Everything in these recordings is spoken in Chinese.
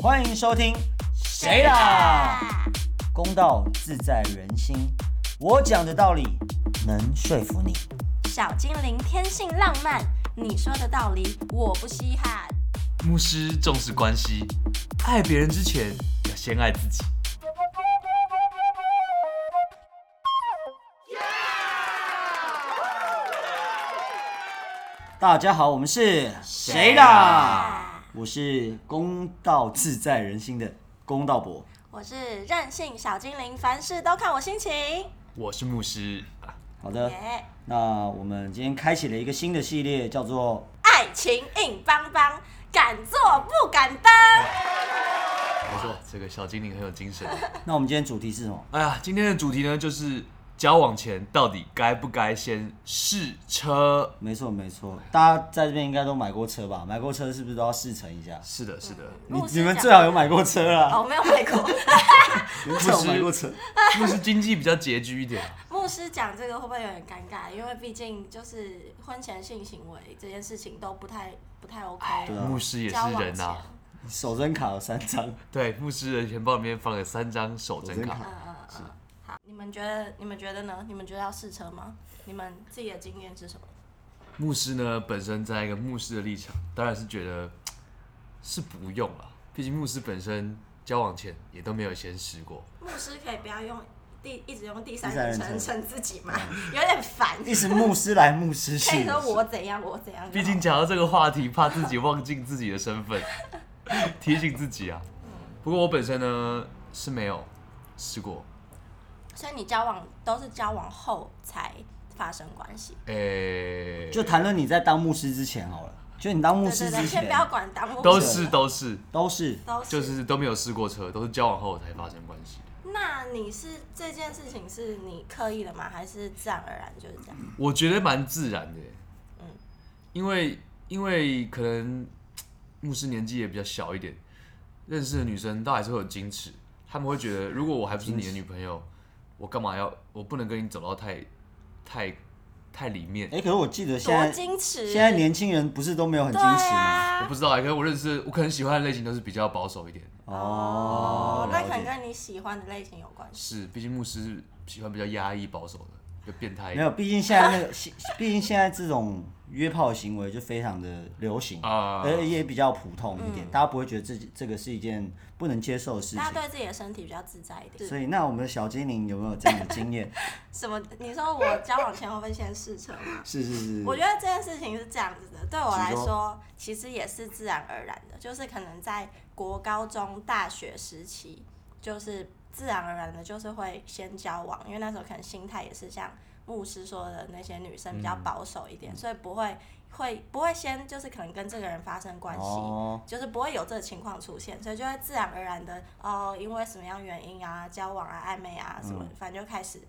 欢迎收听《谁啦》，公道自在人心，我讲的道理能说服你。小精灵天性浪漫，你说的道理我不稀罕。牧师重视关系，爱别人之前要先爱自己。大家好，我们是谁啦？我是公道自在人心的公道伯。我是任性小精灵，凡事都看我心情。我是牧师，啊好的，耶，那我们今天开启了一个新的系列，叫做爱情硬邦邦，敢做不敢当。没错，这个小精灵很有精神。 “那我们今天主题是什么哎呀，今天的主题呢，就是交往前到底该不该先试车？”？没错，没错，大家在这边应该都买过车吧？买过车是不是都要试乘一下？是的，是的。你牧师你们讲最好有买过车啦，哦，没有买过。你们最好有买过车。牧师经济比较拮据一点， 牧师讲这个会不会有点尴尬？因为毕竟就是婚前性行为这件事情都不太不太 OK。啊牧师也嗯交是往人前呐。手真卡有三张，对，牧师的钱包里面放了三张手手真真卡卡。嗯嗯嗯嗯。好，你们觉得你们觉得呢？你们觉得要试车吗？你们自己的经验是什么？牧师呢，本身在一个牧师的立场，当然是觉得是不用了。毕竟牧师本身交往前也都没有先试过。牧师可以不要用第一直用第三第三人人称称嗯称自己嘛，有点烦。一直牧师来牧师可以去。说我怎样，我怎样就好。毕竟讲到这个话题，怕自己忘记自己的身份， 提醒自己啊。不过我本身呢是没有试过，所以你交往都是交往后才发生关系。诶、就谈论你在当牧师之前好了，就你当牧对师对之对，前先不要管当牧都师是都是都是都是。就是都没有试过车，都是交往后才发生关系。那你是这件事情是你刻意的吗？还是自然而然就是这样？嗯我觉得蛮自然的耶，嗯因为因为可能牧师年纪也比较小一点，认识的女生都还是会有矜持，他们会觉得如果我还不是你的女朋友，我干嘛要我不能跟你走到太太太里面哎、。可是我记得现多在矜持！现在年轻人不是都没有很对矜持吗？啊，我不知道哎、可能我认识，我可能喜欢的类型都是比较保守一点。哦，那了可能解。跟你喜欢的类型有关系。是，毕竟牧师喜欢比较压抑、保守的，就变态没一点。有，毕竟现在那个， 毕竟现在这种约炮的行为就非常的流行，啊而也比较普通一点，大家不会觉得这这个是一件不能接受的事嗯大家情。对自己的身体比较自在一点。所以，那我们的小精灵有没有这样的经 验？什么？你说我交往前会不会先试车吗？是是是，我觉得这件事情是这样子的，对我来请说，其实也是自然而然的，就是可能在国高中、大学时期，就是自然而然的，就是会先交往，因为那时候可能心态也是像牧师说的那些女生比较嗯保守一点，所以不会会不会先就是可能跟这个人发生关系。哦，就是不会有这个情况出现，所以就会自然而然的哦，因为什么样原因啊，交往啊、暧昧啊什么，嗯反正就开始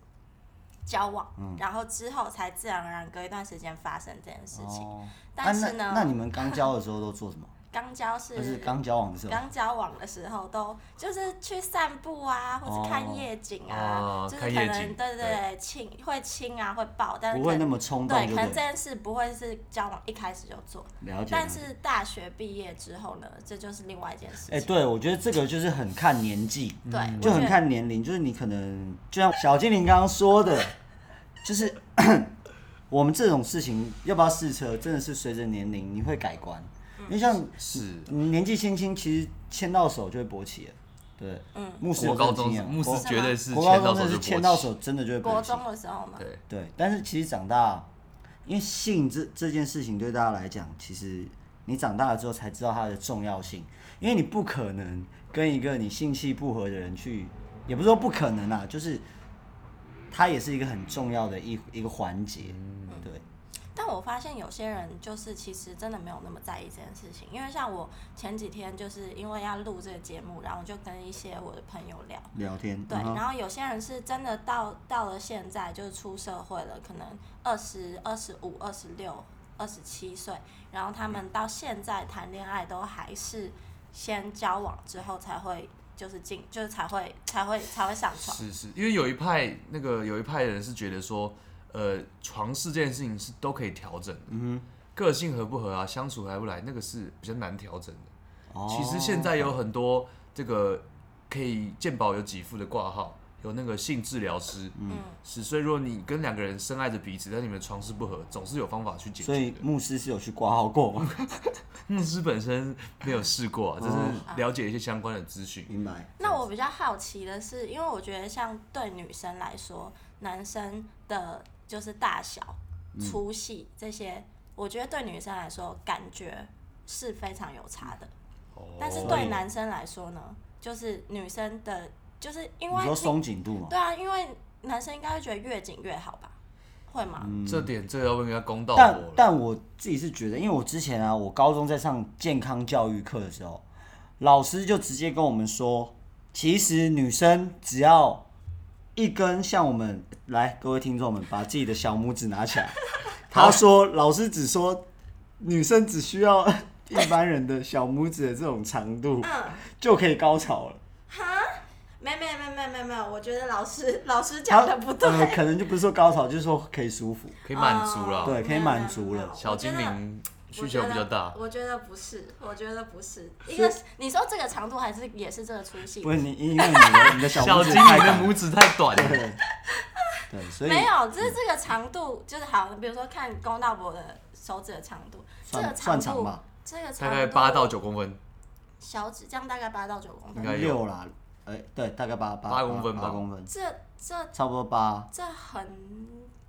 交往，然后之后才自然而然隔一段时间发生这件事情。哦但啊是那那呢，你们刚交的时候都做什么？刚交就是是刚交往的时候。刚交往的时候，都就是去散步啊，哦或是看夜景啊，哦就是看可夜能景对对对亲会亲啊，会抱，但是不会可能那么冲动对，就可能对这件事不会是交往一开始就做。了解。但是大学毕业之后呢，这就是另外一件事哎、情。对，我觉得这个就是很看年纪，对，嗯我嗯就觉很得看年龄，就是你可能就像小精灵刚刚说的，就是 我们这种事情要不要试车，真的是随着年龄你会改观。嗯因为像是你年纪轻轻，其实牵到手就会勃起了，对，嗯，牧师有过这高种经中验，牧师国绝对是国高牵中真到手的就是牵勃到起手真的就会国勃起，中的时候嘛，对，对，但是其实长大，因为性这这件事情对大家来讲，其实你长大了之后才知道它的重要性，因为你不可能跟一个你性气不合的人去，也不是说不可能啦，就是它也是一个很重要的一一个环节，嗯对，但我发现有些人就是其实真的没有那么在意这件事情，因为像我前几天就是因为要录这个节目，然后就跟一些我的朋友聊，聊天，对，嗯哼然后有些人是真的到到了现在就是出社会了，可能二十二十五、二十六、二十七岁，然后他们到现在谈恋爱都还是先交往之后才会就是进，就是才会才会才会上床，是是，因为有一派那个有一派人是觉得说，呃，床事这件事情是都可以调整的，嗯，个性合不合啊，相处合不来，那个是比较难调整的。哦其实现在有很多这个可以健保有给付的挂号，有那个性治疗师，嗯，是所以如果你跟两个人深爱着彼此，但你们床事不合，总是有方法去解哦所决以的。牧师是有去挂号过吗？牧师本身没有试过、啊，只哦是了解一些相关的资讯。明白。那我比较好奇的是，因为我觉得像对女生来说，男生的就是大小、嗯粗细这些，我觉得对女生来说感觉是非常有差的。但是哦所对以男生来说呢，就是女生的，就是因你为说松紧度嘛，对啊，因为男生应该会觉得越紧越好吧？会吗？嗯这点这要问人家公道但我了。但我自己是觉得，因为我之前啊，我高中在上健康教育课的时候，老师就直接跟我们说，其实女生只要一根像我们来，各位听众们把自己的小拇指拿 起来，他说老师只说女生只需要一般人的小拇指的这种长度嗯，就可以高潮了。哈，没没没没没没有，我觉得老师老师他讲的不对，呃，可能就不是说高潮，就是说可以舒服。可以满足了，对可以没有满足了没有没有小精灵需求比较大。我觉得。我觉得不是，我觉得不是。一个是你说这个长度还是也是这个粗细不？是你，因为你的你的小拇小指精太灵的短了拇指太短了，对，对，所以没有，就是这个长度，就是好，比如说看公道伯的手指的长度，这个算算长长度，吧，这个长大度概八到九公分。小指这样大概八到九公应该分，有六啦，哎、对，大概八八八公分吧八公分，这这差不多八，这很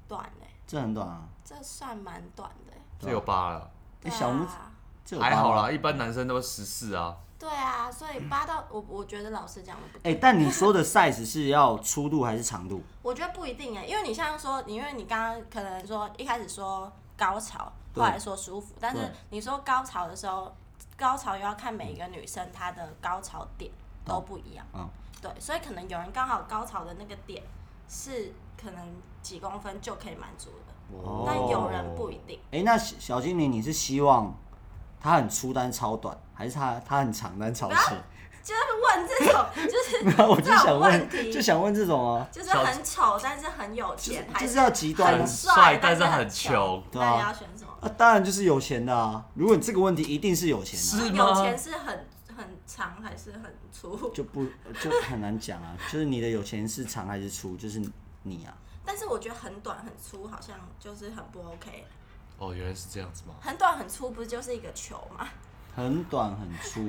短哎、这很短啊，这算蛮短的、欸。这有八了，哎、对小拇指啊，这有八还好吗。啦，一般男生都十四啊。对啊，所以八到我我觉得老师讲的不对。哎、但你说的 size 是要粗度还是长度？我觉得不一定哎、因为你像说，因为你刚刚可能说一开始说高潮，对后来说舒服，但对是你说高潮的时候，高潮又要看每一个女生她的高潮点都不一样，嗯，对，所以可能有人刚好高潮的那个点是可能几公分就可以满足的，哦但有人不一定。哎、那小小精灵，你是希望它很粗但超短，还是它它很长但超啊 细？就是问这种， 就是然后我就这想种问问，就题，想问这种啊，就是很丑但是很有钱，还就是要极端啊很帅帅但是是很穷穷，对啊那你要选什么？啊，当然就是有钱的啊。如果你这个问题一定是有钱的啊、是吗有钱是很很长还是很粗？ 就不就很难讲啊。就是你的有钱是长还是粗，就是你啊。但是我觉得很短很粗好像就是很不 OK。哦，原来是这样子吗？很短很粗不就是一个球吗？ 很短很粗，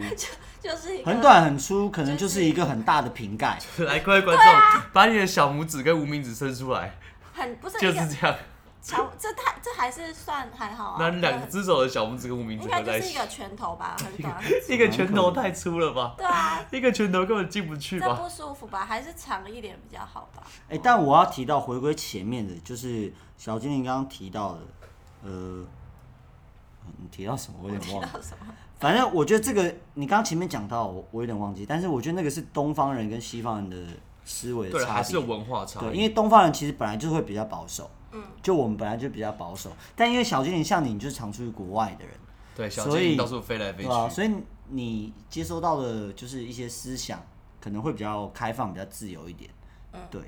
就是一个很。短很粗，可能就是一个很大的瓶盖。来，各位观众，啊把你的小拇指跟无名指伸出来，很不是就一是个这样。长，这太这还是算还好啊。那这两很只手的小拇指跟无名指应该合就在一是一起， 个拳头吧，很短很粗。一个拳头太粗了吧？ 对啊，一个拳头根本进不去这吧？不舒服吧？还是长一点比较好吧？哎、但我要提到回归前面的，就是小精灵刚刚提到的，呃，你提到什么我有点提忘到 了。什么？反正我觉得这个你刚刚前面讲到，我我有点忘记，但是我觉得那个是东方人跟西方人的思维的对，差别，还是有文化差对，因异。为东方人其实本来就会比较保守，嗯，就我们本来就比较保守，但因为小精灵像你，你就是常出去国外的人，对，小所精以灵到处飞来飞对去吧、，所以你接收到的就是一些思想可能会比较开放、比较自由一点，嗯对。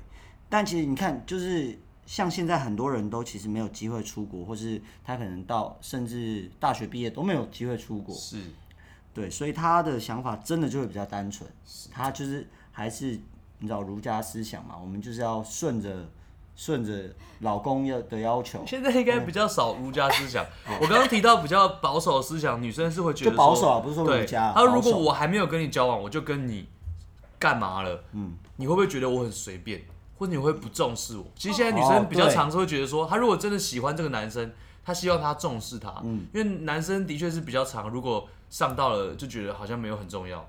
但其实你看，就是像现在很多人都其实没有机会出国，或是他可能到甚至大学毕业都没有机会出国，是对，所以他的想法真的就会比较单纯，他就是还是你知道儒家思想嘛，我们就是要顺着顺着老公要的要求，现在应该比较少儒家思想。我刚刚提到比较保守的思想，女生是会觉得就保说守啊不是说儒对家啊她说如保果守我还没有跟你交往，我就跟你干嘛了？嗯，你会不会觉得我很随便，或者你会不重视我？其实现在女哦生比较对常是会觉得说，她如果真的喜欢这个男生，她希望他重视她，嗯因为男生的确是比较常，如果上到了就觉得好像没有很重嗯要，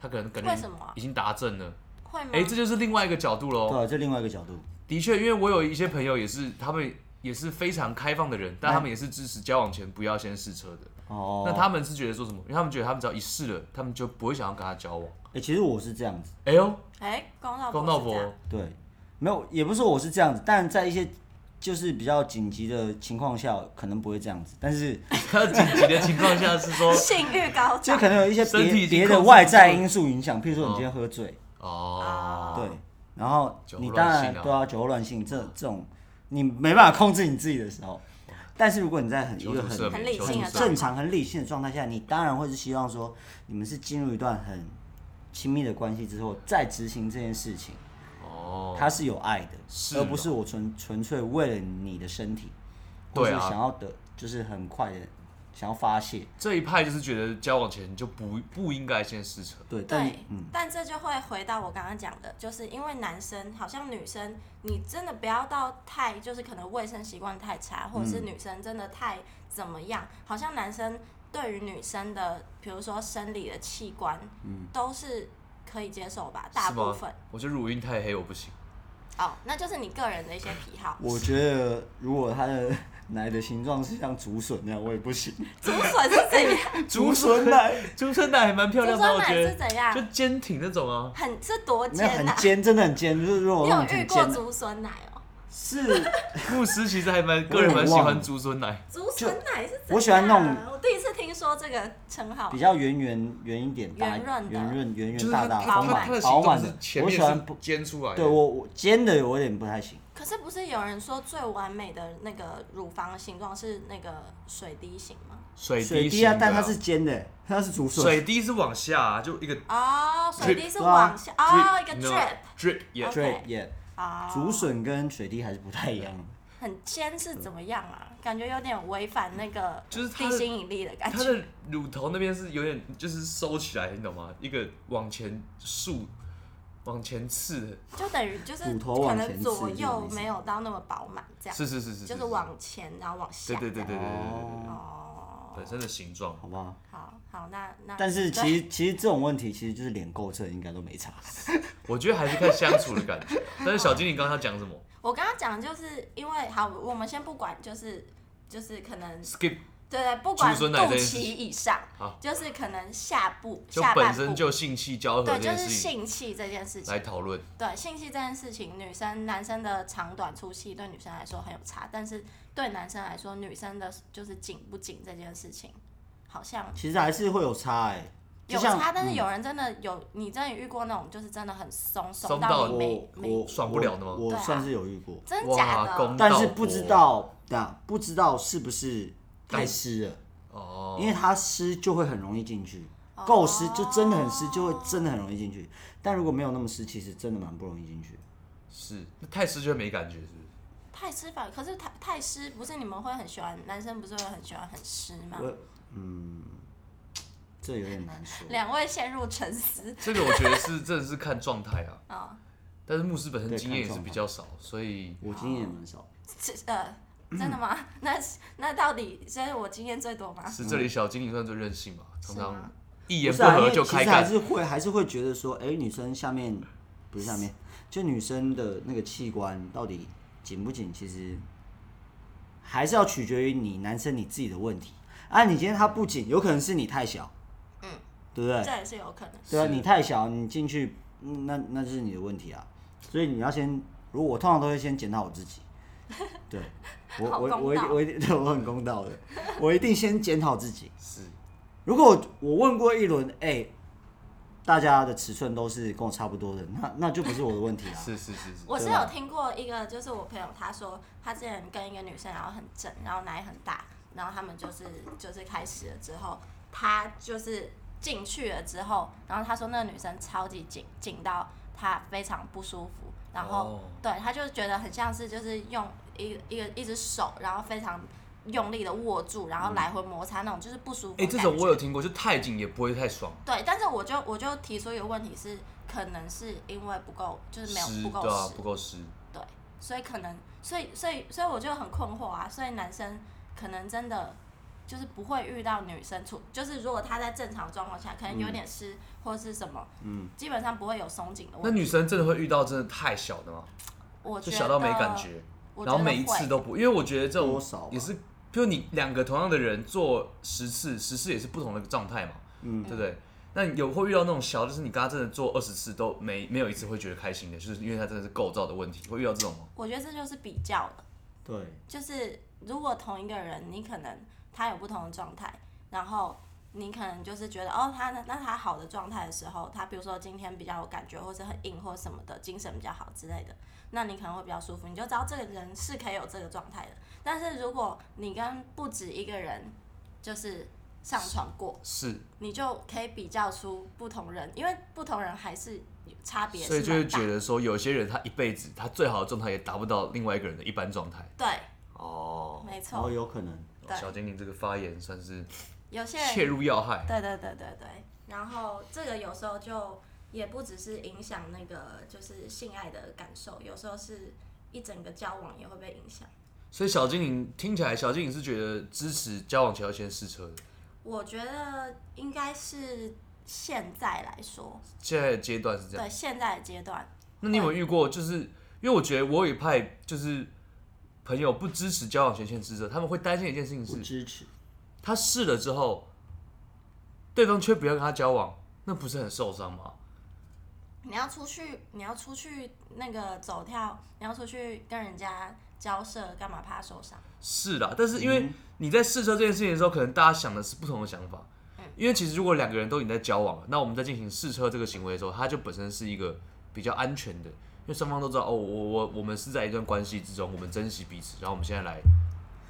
他可能感为什觉么啊已经达阵了，会吗？哎、这就是另外一个角度喽。对，这另外一个角度，的确，因为我有一些朋友也是，他们也是非常开放的人，但那他们也是支持交往前不要先试车的。哦，那他们是觉得说什么？因为他们觉得他们只要一试了，他们就不会想要跟他交往。哎、其实我是这样子，哎呦，哎，公道公道婆是这婆样， 对，没有，也不是说我是这样子，但在一些就是比较紧急的情况下，可能不会这样子，但 是 他紧急的情况下是说，性欲高就涨可能有一些身体别已经别控制的不外住在了因素影响，譬如说你今天喝醉， 哦，对，然后酒后你乱当然性啊对啊，酒后乱性这这种你没办法控制你自己的时候，但是如果你在很一求个助很社很媒，理求性助的社状媒正常、很理性的状态下，你当然会是希望说，你们是进入一段很亲密的关系之后，再执行这件事情，哦，它是有爱的，是而哦不是我纯纯粹为了你的身体，或对是啊想要得，就是很快的想要发泄，这一派就是觉得交往前就不不应该先试车，对，但对，但这就会回到我刚刚讲的，就是因为男生好像女生，你真的不要到太就是可能卫生习惯太差，或者是女生真的太怎么样，好像男生对于女生的，比如说生理的器官，都是可以接受吧，大是部吗分。我觉得乳晕太黑，我不行。哦，那就是你个人的一些癖好。我觉得如果他的 奶的形状是像竹笋那样，我也不行。竹笋是怎样？竹笋奶竹笋奶还蛮漂竹亮笋的，啊我奶觉是得怎就样？坚挺那种啊。 很是多没有尖很呐、尖，真的很尖，就是如果你那有种遇很过尖的，竹笋奶哦？是牧师其实还蛮我个有人点蛮喜忘欢了竹笋奶，竹笋奶是怎样？啊我喜欢那种我第一次听说这个称号比。较圆圆圆一点，大圆润的圆润圆就是圆它大它大它饱它的满形饱状满是的，前我面喜欢是不，尖出来的，对我我尖的我有点不太行。可是不是有人说最完美的那个乳房的形状是那个水滴形吗？水水滴滴啊型，但的它是尖的，它是竹水笋，滴是往下啊，就一个哦，水滴是 Drip，往下，哦，一个你知道吗 drip， drip 也 OK 对耶，哦，竹笋跟水滴还是不太一样。很尖是怎么样啊？感觉有点违反那个就是它地的心引力的感它觉。的乳头那边是有点就是收起来，你懂吗？一个往前竖，往前刺的，就等于就是乳头可往前能左刺这样右意思没有到那么饱满，这样是是是是，就是往前然后往下对这样。对对对对对对哦，对，哦，本身的形状好吧。好好，那那但是啊对其实其实这种问题其实就是脸够正，应该都没差。我觉得还是看相处的感觉。但是小精灵刚刚他讲什么我刚刚讲的就是因为好，我们先不管就是就是可能？skip 对对，不管猪肚孙奶这件事脐以上好，就是可能下部就下本半身部，就性器交合对，这就件是事情性器这件事来情。讨论，对性器这件事情，女生男生的长短粗细对女生来说很有差，但是对男生来说，女生的就是紧不紧这件事情，好像其实还是会有差哎、就有像嗯差。嗯但是有人真的有，你真的遇过那种就是真的很松，松松到你没我没我，爽不了的吗我对我啊算是有遇过，真的假哇，的？公道但婆是不知道，对啊，不知道是不是太湿了，哦，因为它湿就会很容易进去，哦够湿就真的很湿，就会真的很容易进去。但如果没有那么湿，其实真的蛮不容易进去。是那太湿就会没感觉，是不是？太湿反，可是太太湿不是你们会很喜欢，男生不是会很喜欢很湿吗？我嗯，这有点难说。两位陷入沉思。这个我觉得是真的是看状态 啊。啊、但是牧师本身对经验也看是状比态较少，所以我经验也蛮少，这呃，真的吗？ 那那到底这是我经验最多吗？是这里小精灵算最任性吧，啊常是吗常一不言是啊，不因合为就其开实还干。是会还是会觉得说，哎、女生下面不是下面，就女生的那个器官到底紧不紧，其实还是要取决于你男生你自己的问题。啊，你今天它不紧，有可能是你太小，嗯，对不这对？也是有可能。对啊，是你太小，你进去，嗯那那就是你的问题啊。所以你要先，如果我通常都会先检讨我自己，对我好我公我一定道我一定对我很公道的，我一定先检讨自己。是如果我问过一轮，哎、大家的尺寸都是跟我差不多的，那那就不是我的问题啊。是是是是，我是对吧有听过一个，就是我朋友他说，他之前跟一个女生，然后很正，然后奶很大，然后他们就是就是开始了之后，他就是进去了之后，然后他说那个女生超级紧紧到他非常不舒服，然后、哦对他就觉得很像是就是用一一个一只手，然后非常用力的握住，然后来回摩擦那种，就是不舒服的哎，感觉。嗯这种我有听过，就太紧也不会太爽，对，但是我就我就提出一个问题是，可能是因为不够，就是没有湿不够对啊湿，不够湿，对，所以可能，所以所以所以我就很困惑啊，所以男生可能真的就是不会遇到女生处，就是如果他在正常状况下，可能有点湿、或是什么，嗯，基本上不会有松紧的那问题。女生真的会遇到真的太小的吗？我就觉得呃小到没感，觉，我觉然后得每一会次都不，因为我觉得这多种少吧也是，就你两个同样的人做十次，十次也是不同的状态嘛，嗯，对不对？那有会遇到那种小，就是你跟他真的做二十次都没没有一次会觉得开心的，就是因为他真的是构造的问题，会遇到这种吗？我觉得这就是比较的，对，就是如果同一个人，你可能他有不同的状态，然后你可能就是觉得哦，他那那他好的状态的时候，他比如说今天比较有感觉，或是很硬或什么的，精神比较好之类的，那你可能会比较舒服，你就知道这个人是可以有这个状态的。但是如果你跟不止一个人就是上床过，是，你就可以比较出不同人，因为不同人还是有差别所以是就会蛮大觉的。得说，有些人他一辈子他最好的状态也达不到另外一个人的一般状态。对，哦，没哦，错，有可能，对小精灵这个发言算是有些人切入要害。对对对对对。然后这个有时候就也不只是影响那个就是性爱的感受，有时候是一整个交往也会被影响。所以小精灵听起来，小精灵是觉得支持交往前要先试车的。我觉得应该是现在来说，现在的阶段是这样。对现在的阶段，那你有没有遇过？就是因为我觉得我有一派就是朋友不支持交往前先试车，他们会担心一件事情不是，支持。他试了之后，对方却不要跟他交往，那不是很受伤吗？你要出去，你要出去那个走跳，你要出去跟人家交涉，干嘛怕受伤？是啦，但是因嗯为你在试车这件事情的时候，可能大家想的是不同的想法。嗯因为其实如果两个人都已经在交往了，那我们在进行试车这个行为的时候，它就本身是一个比较安全的，因为双方都知道哦，我我我们是在一段关系之中，我们珍惜彼此，然后我们现在来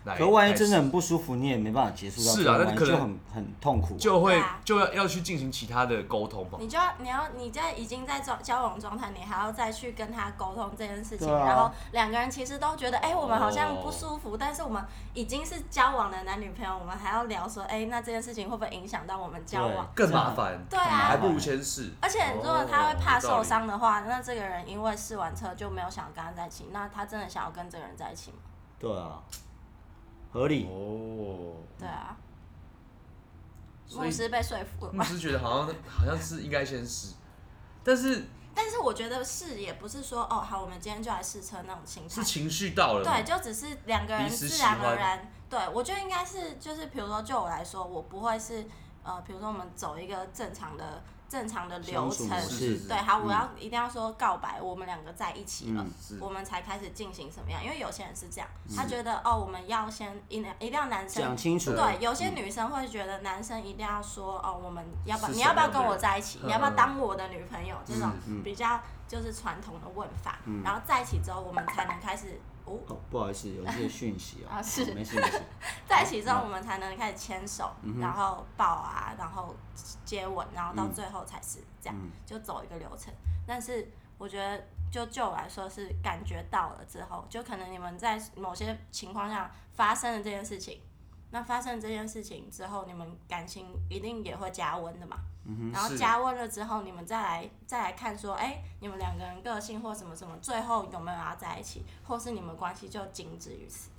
来，可万一来真的很不舒服，你也没办法结束到哎是这个啊关但系，可能就很很痛苦啊、就会对啊就要要去进行其他的沟通吧。你就要你要你在已经在交交往状态，你还要再去跟他沟通这件事情，对啊然后两个人其实都觉得，哎、我们好像哦不舒服，但是我们已经是交往的男女朋友，我们还要聊说，哎、那这件事情会不会影响到我们交往？更麻烦，对啊还不如先试。而且如果他会怕哦有道受理伤的话，那这个人因为试完车就没有想跟他在一起，那他真的想要跟这个人在一起吗？对啊，合理。哦，对啊，所以嗯牧师被说服了牧吧？师觉得好像好像是应该先试，但是但是我觉得是也不是说哦，好，我们今天就来试车那种心态是，情绪到了，对，嗯就只是两个人彼此自喜然而欢然。对，我觉得应该是就是，比如说就我来说，我不会是呃，比如说我们走一个正常的正常的流相处程模，式对，好，我要一定要说告白，我们两个在一起了嗯，是我们才开始进行什么样？因为有些人是这样，他觉得哦，我们要先一定一定要男生讲。清楚，对，有些女生会觉得男生一定要说哦，我们要不要是你什要不要么样的跟我在一起？人你要不要嗯嗯当我的女朋友？这种嗯比较就是传统的问法。然后在一起之后，我们才能开始哦，哦，不好意思，有一些讯息哦， 啊是哦没事没事， 在一起之后，我们才能开始牵手，然后抱啊，然后接吻，然后到最后才是这样，就走一个流程。但是我觉得，就就我来说是感觉到了之后，就可能你们在某些情况下发生了这件事情，那发生这件事情之后，你们感情一定也会加温的嘛。然后是加温了之后，你们再来再来看说，哎、你们两个人个性或什么什么，最后有没有要在一起，或是你们关系就仅止于此。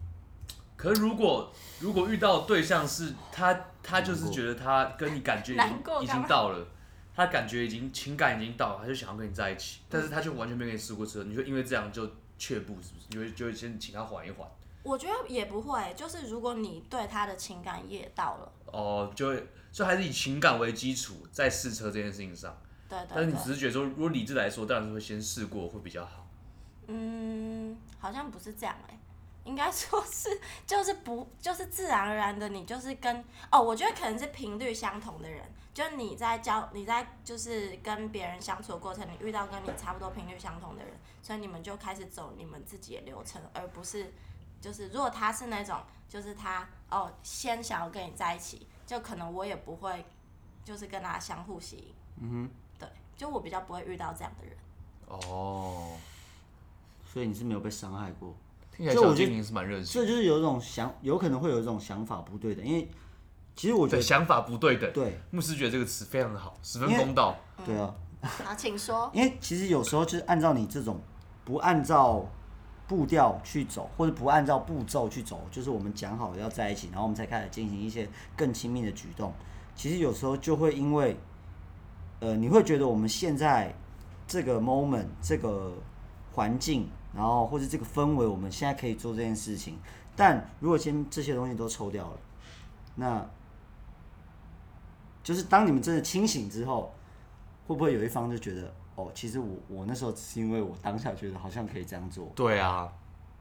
可是如果如果遇到对象是他，他就是觉得他跟你感觉已难过经已干经嘛到了，他感觉已经情感已经到了，他就想要跟你在一起，但是他就完全没跟你试过车，你就因为这样就却步，是不是？你会就会先请他缓一缓，我觉得也不会，就是如果你对他的情感也到了，哦，就会所以还是以情感为基础在试车这件事情上。对但对是你对，只是觉得说，如果理智来说，当然是会先试过会比较好。嗯，好像不是这样哎、应该说是就是不就是自然而然的，你就是跟哦，我觉得可能是频率相同的人，就你在交你在就是跟别人相处的过程，你遇到跟你差不多频率相同的人，所以你们就开始走你们自己的流程，而不是就是如果他是那种就是他哦先想要跟你在一起，就可能我也不会就是跟他相互吸引，嗯哼，对，就我比较不会遇到这样的人。哦，所以你是没有被伤害过，听起来这我小就精灵是蛮热情所以就是有一种想，有可能会有一种想法不对的，因为其实我的，觉对，得想法不对等。对牧师觉得这个词非常好，十分因为公道。对啊，好，请说。因为其实有时候就是按照你这种不按照步调去走，或者不按照步骤去走，就是我们讲好要在一起，然后我们才开始进行一些更亲密的举动。其实有时候就会因为，呃，你会觉得我们现在这个 moment 这个环境，然后或者这个氛围，我们现在可以做这件事情，但如果先这些东西都抽掉了，那就是当你们真的清醒之后，会不会有一方就觉得，哦，其实我我那时候只是因为我当下觉得好像可以这样做，对啊，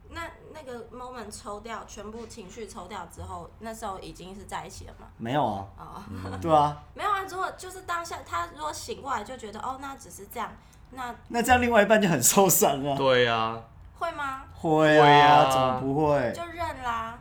那那个 moment 抽掉，全部情绪抽掉之后，那时候已经是在一起了吗？没有啊，哦，对啊，没有啊。如果就是当下他如果醒过来就觉得哦，那只是这样，那那这样另外一半就很受伤啊。 对呀，会吗？会会啊，啊怎么不会？就认啦。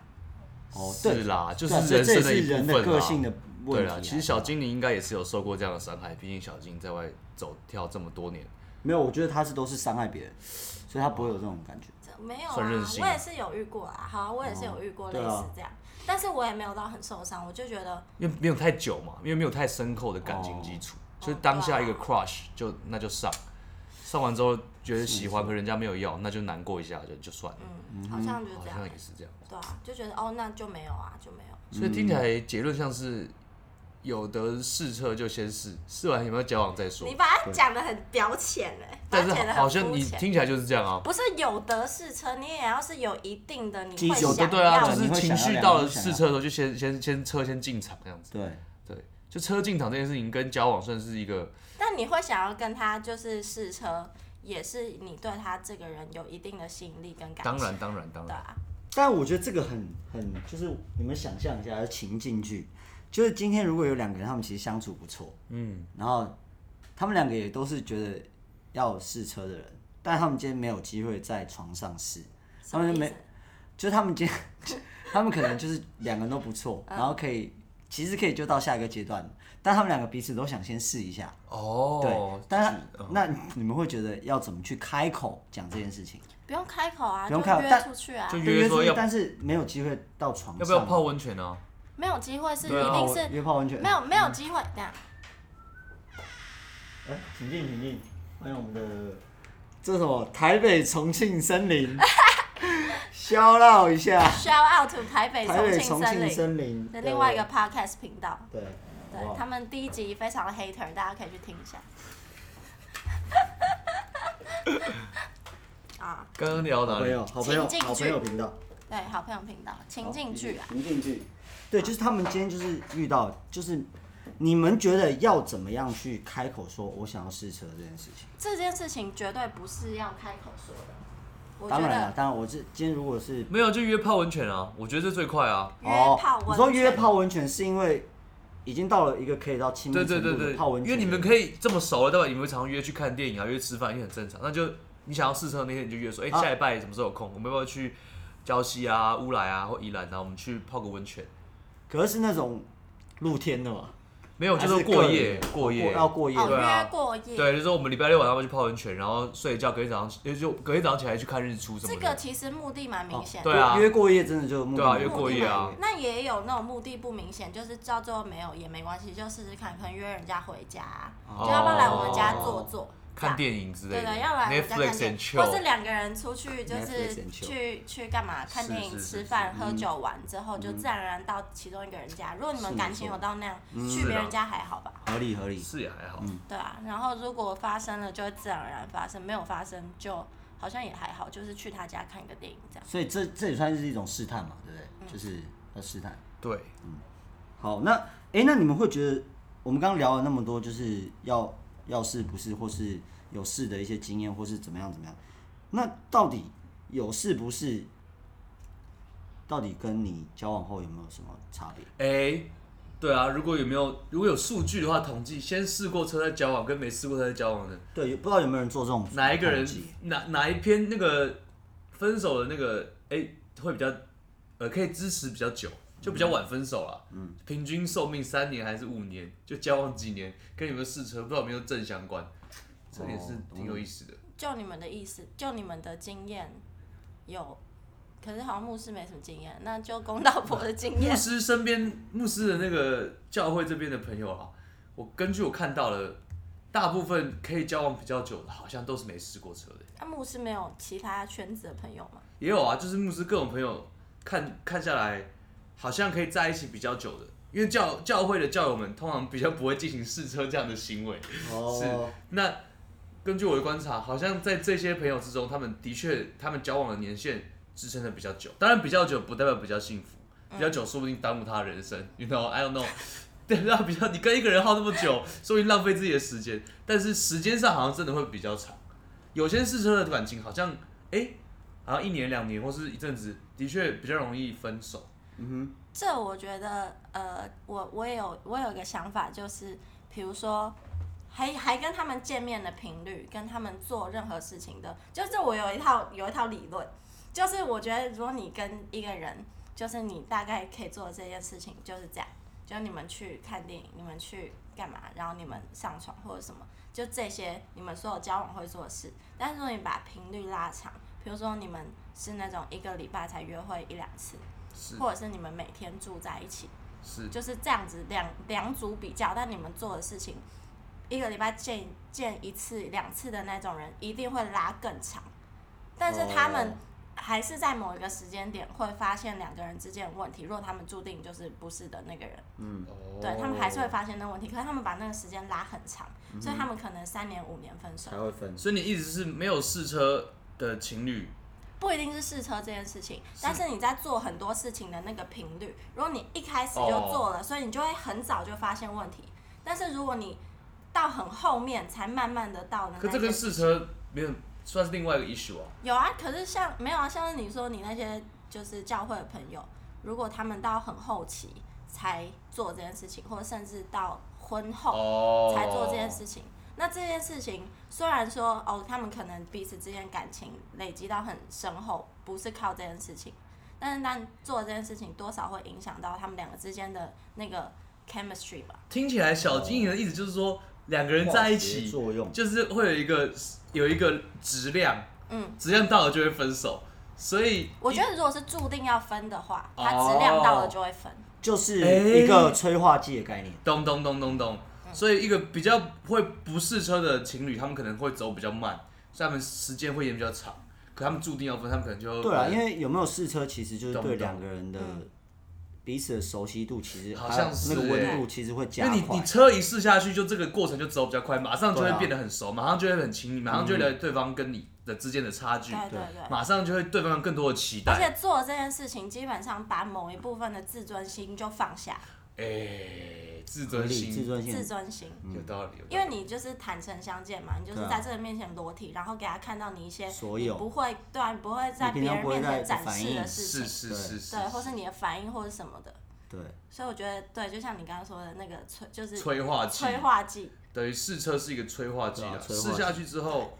哦，对是，啦，就对啊是所以人这也生是一部人分的啦个性的问对题、啦，啊。其实小精灵应该也是有受过这样的伤害，毕竟小精灵在外走跳这么多年，没有，我觉得他是都是伤害别人，所以他不会有这种感觉。这没有啊，算任性哦我也是有遇过啊。好啊，我也是有遇过类对啊似这样，但是我也没有到很受伤，我就觉得因为没有太久嘛，因为没有太深厚的感哦情基础，所以当下一个啊 crush 就那就上，上完之后觉得喜欢，可人家没有要，那就难过一下就就算了，嗯，好像就好这样像，也是这样。对啊，就觉得哦，那就没有啊，就没有。所以听起来结论像是有的试车就先试，试完有没有交往再说你。把它讲的很表浅哎、把但它是讲得很好像肤你浅听起来就是这样啊，不是有的是车，你也要是有一定的，你基会础想有想的对啊，要就你是会情想要绪两到个了都想试要车的时候就先先先车先进场这样子。对，对，就车进场这件事情跟交往算是一个但你会想要跟他就是试车，也是你对他这个人有一定的吸引力跟感情。当然当然当对然，啊，但我觉得这个很很就是你们想象一下情境剧，就是今天如果有两个人，他们其实相处不错，嗯，然后他们两个也都是觉得要试车的人，但他们今天没有机会在床上试，他们就没什么意思就是他们今天 他们可能就是两个人都不错，然后可以其实可以就到下一个阶段，但他们两个彼此都想先试一下。哦嗯对，，但是那你们会觉得要怎么去开口讲这件事情？不用开口啊，不用就开口约但出去啊就，对约说出去要但是没有机会到床上，要不要泡温泉啊呢、没有机会是一对啊定泡是约泡温泉？没有没有嗯机会这样。哎，请进，请进，欢迎我们的这是什么台北重庆森林， 消绕一下 Shout out to 台北台北重重庆庆森林森林的另外一个 podcast 频道，对，对好不好他们第一集非常的 hater，大家可以去听一 下。啊，刚刚聊好哪朋里？友，好朋友，情境剧好朋友频道，对，好朋友频道情境剧啊，情境剧，对，就是他们今天就是遇到，就是你们觉得要怎么样去开口说我想要试车这件事情？这件事情绝对不是要开口说的。我觉当然了，得当然，我这今天如果是没有就约泡温泉啊，我觉得这最快啊。约炮哦，温你说约泉泡温泉是因为已经到了一个可以到亲密对对程对度对的泡温，因泉，为你们可以这么熟了，代表你们常常约去看电影啊，约吃饭也很正常。那就你想要试车那天你就约说，哎、啊下礼拜什么时候有空，我们要不要去礁溪啊、乌来啊或宜兰啊，我们去泡个温泉？可是是那种露天的嘛，没有，就还是是过个夜人，过夜要过夜，哦，对啊约过夜，对，就是说我们礼拜六晚上要去泡温泉，然后睡一觉，隔天早上就就隔天早上起来去看日出什这么个的。其实目的蛮明显的。对啊哦约过夜真的就目对啊的约过夜啊目的蛮那也有那种目的不明显，就是到最后没有也没关系，就试试看，可能约人家回家啊，哦就要不要来我们家坐坐，这看样电影之类对的对，要来我们家看哦，Netflix 电 and 影，或是 chill，两个人出去就是 Netflix and chill 去去干嘛？看电影、是是是嗯吃饭、喝酒完之后，就自然而然到其中一个人家。如果你嗯们是感没情错有到那样，嗯是去的别人家还好吧？合理合理。是也还好。嗯对啊，然后如果发生了，就会自然而然发生；没有发生，就好像也还好，就是去他家看个电影这样。所以这这也算是一种试探嘛，对不对？就是要试探。对，好，那哎、那你们会觉得我们刚刚聊了那么多，就是要要是不是，或是有试的一些经验，或是怎么样怎么样？那到底有是不是？到底跟你交往后有没有什么差别？哎、对啊，如果有没有如果有数据的话，统计先试过车再交往，跟没试过车再交往的，对，有不知道有没有人做这种哪一个人统计哪哪一篇那个分手的那个哎、会比较呃可以支持比较久，就比较晚分手啦。嗯，平均寿命三年还是五年，就交往几年，跟有没有试车不知道有没有正相关，这也哦是挺有意思的。就你们的意思，就你们的经验有，可是好像牧师没什么经验，那就公道 婆的经牧验。师身边牧师的那个教会这边的朋友啊，我根据我看到了，大部分可以交往比较久的，好像都是没试过车的。那、牧师没有其他圈子的朋友吗？也有啊，就是牧师各种朋友看看下来，好像可以在一起比较久的，因为教教会的教友们通常比较不会进行试车这样的行为。哦，那根据我的观察，好像在这些朋友之中，他们的确他们交往的年限支撑的比较久。当然，比较久不代表比较幸福，比较久说不定耽误他人生。You know, I don't know 。对，那比较你跟一个人耗那么久，说不定浪费自己的时间。但是时间上好像真的会比较长。有些试车的感情好像，哎、然后一年两年或是一阵子，的确比较容易分手。这我觉得，呃，我我也有我有一个想法，就是比如说，还还跟他们见面的频率，跟他们做任何事情的，就是我有一套有一套理论，就是我觉得如果你跟一个人，就是你大概可以做的这件事情就是这样，就你们去看电影，你们去干嘛，然后你们上床或者什么，就这些你们所有交往会做的事。但是如果你把频率拉长，比如说你们是那种一个礼拜才约会一两次。是或者是你们每天住在一起，是，就是这样子两两组比较，但你们做的事情，一个礼拜见见一次两次的那种人，一定会拉更长，但是他们哦还是在某一个时间点会发现两个人之间的问题。如果他们注定就是不是的那个人，哦嗯对他们还是会发现那问题，可是他们把那个时间拉很长，所以他们可能三年五年 分手才，会分。所以你一直是没有试车的情侣，不一定是试车这件事情，但是你在做很多事情的那个频率，如果你一开始就哦做了，所以你就会很早就发现问题。但是如果你到很后面才慢慢的到的可那这跟些，试车没有算是另外一个 issue 啊。有啊，可是像没有啊，像是你说你那些就是教会的朋友，如果他们到很后期才做这件事情，或者甚至到婚后，哦才做这件事情。那这件事情虽然说哦，他们可能彼此之间感情累积到很深厚，不是靠这件事情，但是但做这件事情多少会影响到他们两个之间的那个 chemistry 吧。听起来小金营的意思就是说，两个人在一起化学作用就是会有一个有一个质量，嗯，质量到了就会分手，所以我觉得如果是注定要分的话，它质量到了就会分。就是哎一个催化剂的概念。咚咚咚咚咚，嗯所以一个比较会不试车的情侣，他们可能会走比较慢，所以他们时间会延比较长，可他们注定要分，他们可能就对啊，因为有没有试车，其实就是懂对懂两个人的嗯彼此的熟悉度，其实好还有像是那个温欸度，其实会因加为你快你。车一试下去，就这个过程就走比较快，马上就会对啊变得很熟，马上就会很亲密，马上就会了解对方跟你的之间的差距对，对对。马上就会对方有更多的期而待。且做这件事情，基本上把某一部分的自尊心就放下，哎、自合尊理自心尊自心，尊心，有道理，有道理因为你就是坦诚相见嘛，你就是对啊在这人面前裸体，然后给他看到你一些所你有不会对啊，你不会在你别平常人不会面在前展反示应的事是情，是是是，对，或是你的反应或是什么的。对，所以我觉得，对，就像你刚刚说的那个催，就是催化剂，催化剂，等于试车是一个催化剂对啊啊，催化试剂下去之后，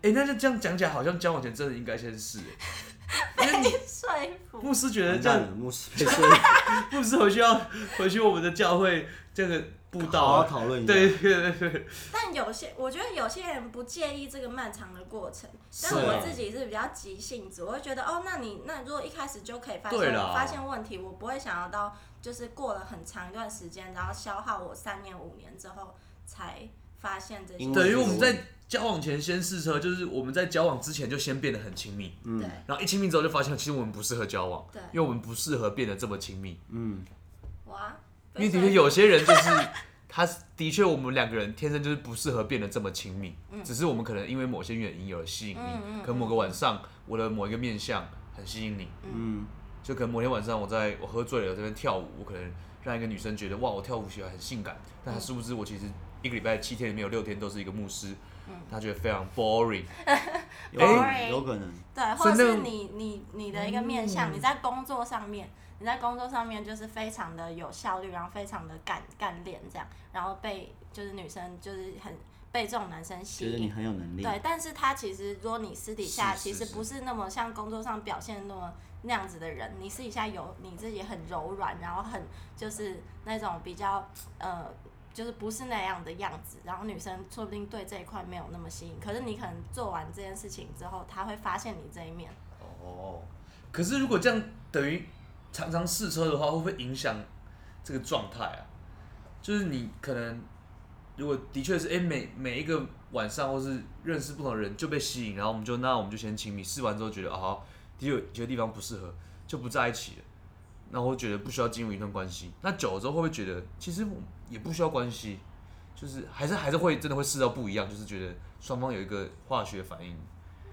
哎、那就这样讲起来，好像交往前真的应该先试，因为你 说服。牧师觉得完这蛋样，了，牧师 被说服牧师回去要回去我们的教会这个布道好好啊，讨论一下。对对对对，但有些，我觉得有些人不介意这个漫长的过程，但是我啊自己是比较急性子，我会觉得，哦，那你那如果一开始就可以发对现啦发现问题，我不会想要到就是过了很长一段时间，然后消耗我三年五年之后才发现这些因事情。为等于我们在交往前先试车，就是我们在交往之前就先变得很亲密，对然后一亲密之后就发现其实我们不适合交往，对因为我们不适合变得这么亲密，哇，因为的确有些人就是 他的确我们两个人天生就是不适合变得这么亲密，只是我们可能因为某些原因有了吸引力，嗯嗯可能某个晚上我的某一个面相很吸引你，嗯，就可能某天晚上我在我喝醉了这边跳舞，我可能让一个女生觉得哇我跳舞起来很性感，但嗯她殊不知我其实一个礼拜七天里面有六天都是一个牧师，嗯她觉得非常 boring。有可哎能，有可能。对，所或以者那是个嗯你你你的一个面向，你在工作上面，你在工作上面就是非常的有效率，然后非常的干干练这样，然后被就是女生就是很被这种男生吸觉得你引。很有能力，对，但是他其实，如果你私底下是其是实是不是那么像工作上表现那么那样子的人，你私底下有你自己很柔软，然后很就是那种比较呃，就是不是那样的样子，然后女生说不定对这一块没有那么吸引，可是你可能做完这件事情之后，她会发现你这一面。哦，可是如果这样等于常常试车的话，会不会影响这个状态啊？就是你可能如果的确是哎、诶每每一个晚上或是认识不同的人就被吸引，然后我们就那我们就先亲密，试完之后觉得啊好，的确有觉得地方不适合，就不在一起了。那我觉得不需要进入一段关系。那久了之后会不会觉得其实我也不需要关系？就是还是还是会真的会试到不一样，就是觉得双方有一个化学反应。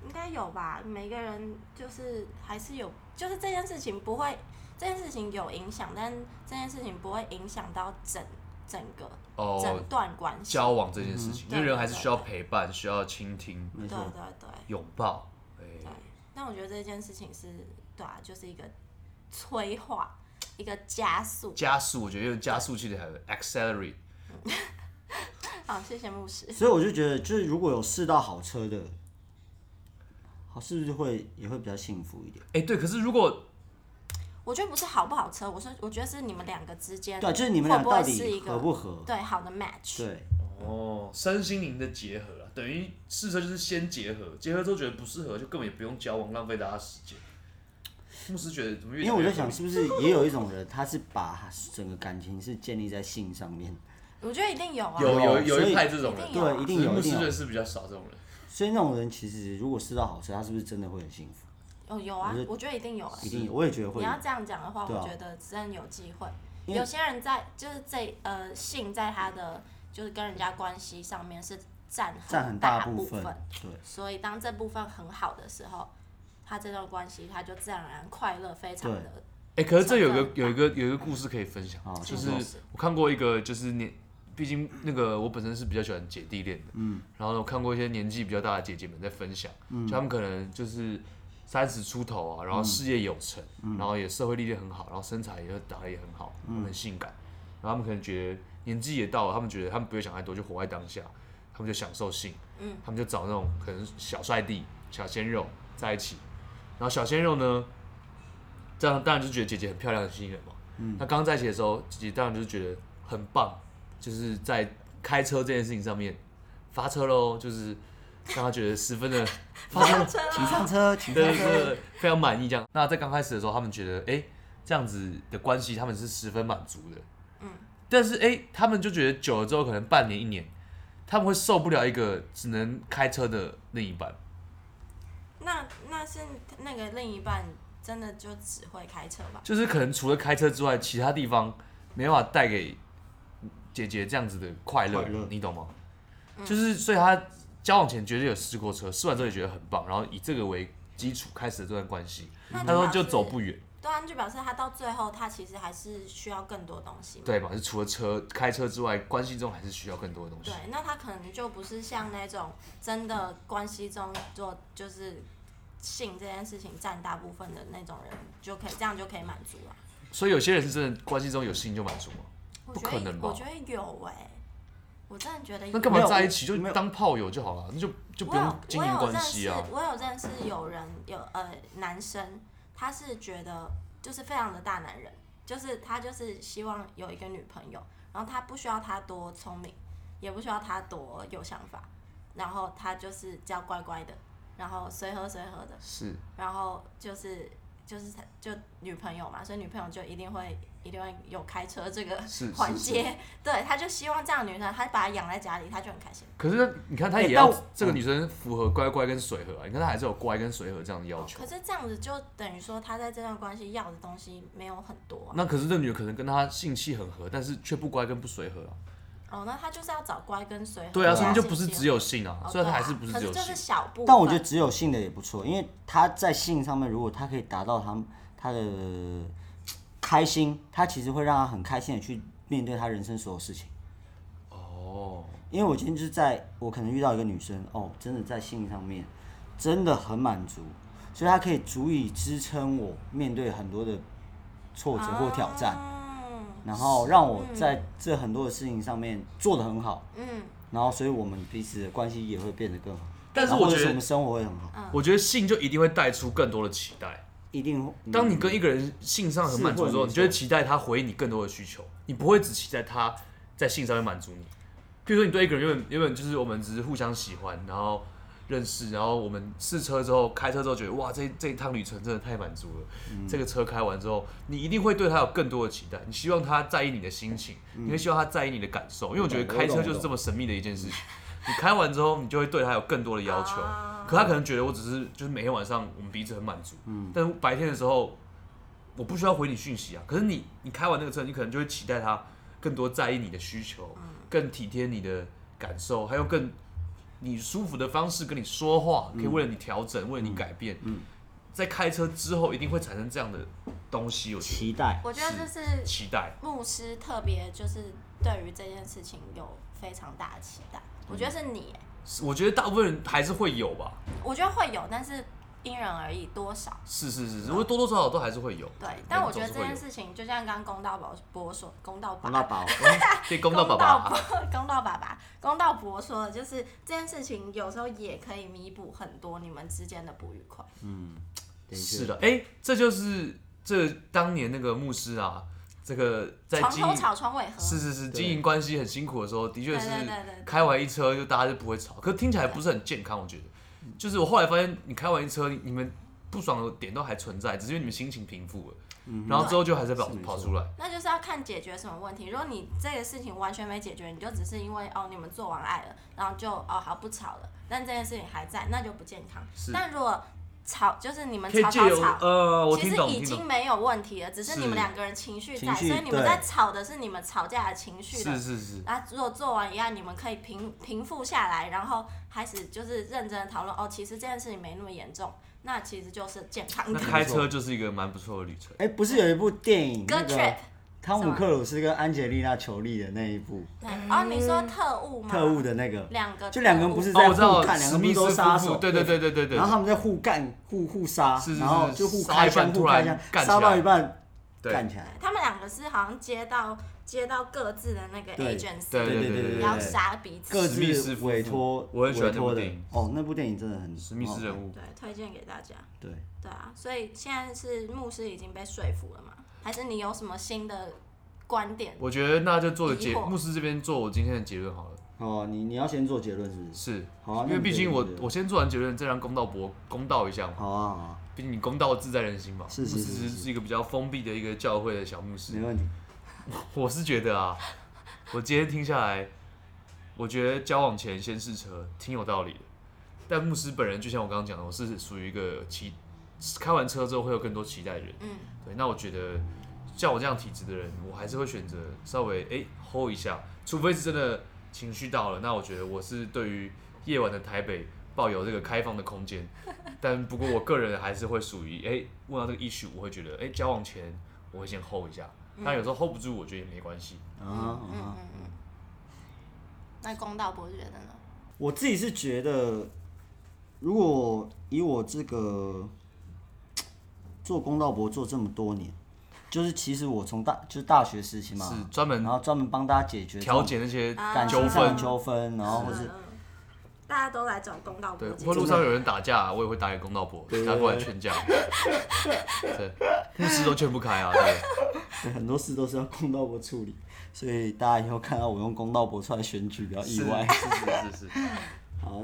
应该有吧，每个人就是还是有，就是这件事情不会，这件事情有影响，但这件事情不会影响到整整个哦，整段关系。交往这件事情，嗯因为人还是需要陪伴，需要倾听、没对错。对对。拥抱。哎对，那但我觉得这件事情是对啊，就是一个催化，一个加速。加速，我觉得用加速器的还有 accelerate，好，谢谢牧师。所以我就觉得，就是如果有试到好车的，好是不是会也会比较幸福一点？哎、对，可是如果我觉得不是好不好车，我说我觉得是你们两个之间，对啊，就是你们俩会不会到是一底个合不合？对好的 match，对，哦，身心灵的结合啊，等于试车就是先结合，结合之后觉得不适合，就根本也不用交往，浪费大家时间。牧师觉得怎么越因为讲我越在想，合理是不是也有一种人，他是把整个感情是建立在性上面，我觉得一定有啊，有有所有以一派这种人，一定有啊对，一定有，牧一定师觉得有。是比较少这种人。所以那种人其实如果试到好车，他是不是真的会很幸福？有有啊我觉，得我觉得一定有啊。一定有，我也觉得会你有要。这样讲的话，对啊我觉得真的有机会。因为有些人在就是这呃性在他的就是跟人家关系上面是占占很很大部部分，对，所以当这部分很好的时候，他这段关系他就自然而然快乐，非常对的哎、可是这有一个有一个有一个故事可以分享好，请就是说我看过一个，就是年，毕竟那个我本身是比较喜欢姐弟恋的，嗯，然后呢，我看过一些年纪比较大的姐姐们在分享，就他们可能就是三十出头啊，然后事业有成，然后也社会历练很好，然后身材也打得也很好，很性感，然后他们可能觉得年纪也到了，他们觉得他们不会想太多，就活在当下，他们就享受性，嗯，他们就找那种可能小帅弟、小鲜肉在一起，然后小鲜肉呢，这样当然就觉得姐姐很漂亮、很吸引人嘛。嗯，那刚在一起的时候，姐姐当然就是觉得很棒，就是在开车这件事情上面发车喽，就是让她觉得十分的发车车请上 车， 请对上对车。对，非常满意这样。那在刚开始的时候，他们觉得哎、诶这样子的关系他们是十分满足的，嗯，但是哎、诶他们就觉得久了之后，可能半年一年，他们会受不了一个只能开车的另一半。 那那是那个另一半真的就只会开车吧？就是可能除了开车之外，其他地方没办法带给姐姐这样子的快乐快乐，你懂吗？嗯就是所以她交往前绝对有试过车，试完之后也觉得很棒，然后以这个为基础开始了这段关系。那嗯她说表就示走不远，对啊，就表示他到最后他其实还是需要更多东西嘛。对嘛？就除了车开车之外，关系中还是需要更多的东西对。，那他可能就不是像那种真的关系中做就是性这件事情占大部分的那种人，就可以这样就可以满足了、所以有些人是真的关系中有性就满足嘛，我不觉可得能吧我觉得有哎、我真的觉得有那干没嘛有在一起就没有当炮友就好了，那就就不我有用经营关系啊。我有认识，我有认识有人有呃男生，他是觉得就是非常的大男人，就是他就是希望有一个女朋友，然后他不需要他多聪明，也不需要他多有想法，然后他就是只要乖乖的，然后随和随和的，是，然后就是就是他就女朋友嘛，所以女朋友就一定会一定会有开车这个 是是环节，对，他就希望这样的女生，他把她养在家里，他就很开心。可是你看，她哎也要但我这个女生符合乖乖跟水和啊，你看她还是有乖跟水和这样的要求可。是这样子就等于说他在这段关系要的东西没有很多、啊、那可是这女的可能跟她性气很合，但是却不乖跟不随和啊。哦，那他就是要找乖跟随和。对啊，对啊所以就不是只有性啊，哦虽然她对啊还是不是可只有这是性。小部分。但我觉得只有性的也不错，因为他在性上面，如果他可以达到他他的开心，他其实会让他很开心的去面对他人生所有事情。哦，因为我今天就是在我可能遇到一个女生，哦，真的在性上面真的很满足，所以她可以足以支撑我面对很多的挫啊折或挑战，嗯然后让我在这很多的事情上面做得很好，嗯，然后所以我们彼此的关系也会变得更好，但是然后我或者觉我得们，生活会很好，嗯嗯我觉得性就一定会带出更多的期待。一定会。当你跟一个人性上很满足之是会后，没错你就会期待他回应你更多的需求，你不会只期待他在性上面满足你。譬如说，你对一个人原本原本就是我们只是互相喜欢，然后认识，然后我们试车之后开车之后觉得哇，这这一趟旅程真的太满足了。这个车开完之后，你一定会对他有更多的期待，你希望他在意你的心情，你会希望他在意你的感受，嗯因为我觉得开车就是这么神秘的一件事情。你开完之后，你就会对他有更多的要求。啊可他可能觉得我只是就是每天晚上我们彼此很满足，嗯，但是白天的时候我不需要回你讯息啊。可是你你开完那个车，你可能就会期待他更多在意你的需求，更体贴你的感受，还有更你舒服的方式跟你说话，可以为了你调整，为了你改变。嗯，在开车之后一定会产生这样的东西，我觉期待，我觉得这得是期待。牧师特别就是对于这件事情有非常大的期待。我觉得是你欸、我觉得大部分人还是会有吧，我觉得会有，但是因人而异，多少。是是是是，我多多少少都还是会有。对每个，但人我觉得这总是会件有事情，就像刚刚公道伯伯说，公道啊伯红到宝，可以公道爸啊公爸，道伯 公道爸爸，公道伯说的就是这件事情，有时候也可以弥补很多你们之间的不愉快。嗯，的确是的，哎、这就是这当年那个牧师啊，这个在床经头营吵，床尾和。是是是对经营关系很辛苦的时候，的确对是对对对开完一车就大家就不会吵，可是听起来不是很健康，我觉得。就是我后来发现，你开完一车，你们不爽的点都还存在，只是因为你们心情平复了，然后之后就还是跑是没错跑出来。那就是要看解决什么问题。如果你这个事情完全没解决，你就只是因为哦你们做完爱了，然后就哦好不吵了，但这件事情还在，那就不健康是。但如果吵就是你们可以吵借吵由吵，呃，我其听实懂已听懂经，没有问题了，只是是你们两个人情绪情在，绪所以你们对在吵的是你们吵架的情绪是的。是是，啊，如果做完一案，你们可以平平复下来，然后开始就是认真的讨论哦，其实这件事情没那么严重，那其实就是健康那的。开车就是一个蛮不错的旅程。哎、不是有一部电影那 Good 个 trip，汤什姆么克鲁斯跟安吉丽娜裘丽的那一部对，哦，你说特务吗？嗯特务的那个，两个特务，就两个人不是哦，在我互知道，干，两史个密人斯都夫杀妇，手，对对对对对对然后他们在互干、互互杀，是是然后是就互杀开一半枪、突互开然枪，干起杀到来一半对干起来。他们两个是好像接到接到各自的那个对 agency，对对对对对要杀彼此，各史密斯自夫妇委托我很喜欢委那部托的电影哦，那部电影真的很史密斯人物，物，对，推荐给大家。对，对啊，所以现在是牧师已经被说服了嘛？还是你有什么新的观点？我觉得那就做个结，疑惑牧师这边做我今天的结论好了，哦，你你要先做结论是不是？是，好啊因为毕竟我那你我先做完结论，再让公道博公道一下嘛，好啊，好啊，毕竟你公道自在人心嘛，是是牧是是师是一个比较封闭的一个教会的小牧师没，问题。 我是觉得啊，我今天听下来，我觉得交往前先试车挺有道理的。但牧师本人就像我刚刚讲的，我是属于一个期开完车之后会有更多期待的人。嗯，对，那我觉得像我这样体质的人，我还是会选择稍微哎、hold 一下，除非是真的情绪到了。那我觉得我是对于夜晚的台北抱有这个开放的空间，但不过我个人还是会属于哎，问到这个 issue，我会觉得哎、交往前我会先 hold 一下。那有时候 hold 不住，我觉得也没关系。啊啊嗯啊嗯！嗯。那公道伯觉得呢？我自己是觉得，如果以我这个做公道博做这么多年，就是其实我从大就是大学时期嘛，是专门然后专门帮大家解决这种调解那些感啊纠情上纷的，纠纷，然后或是嗯嗯大家都来找公道伯对，解或路决。上有人打架，我也会打给公道婆，对打过来劝架。对，律师都劝不开啊。对，对很多事都是要公道博处理，所以大家以后看到我用公道博出来选举，不要意外。 是是是是，好，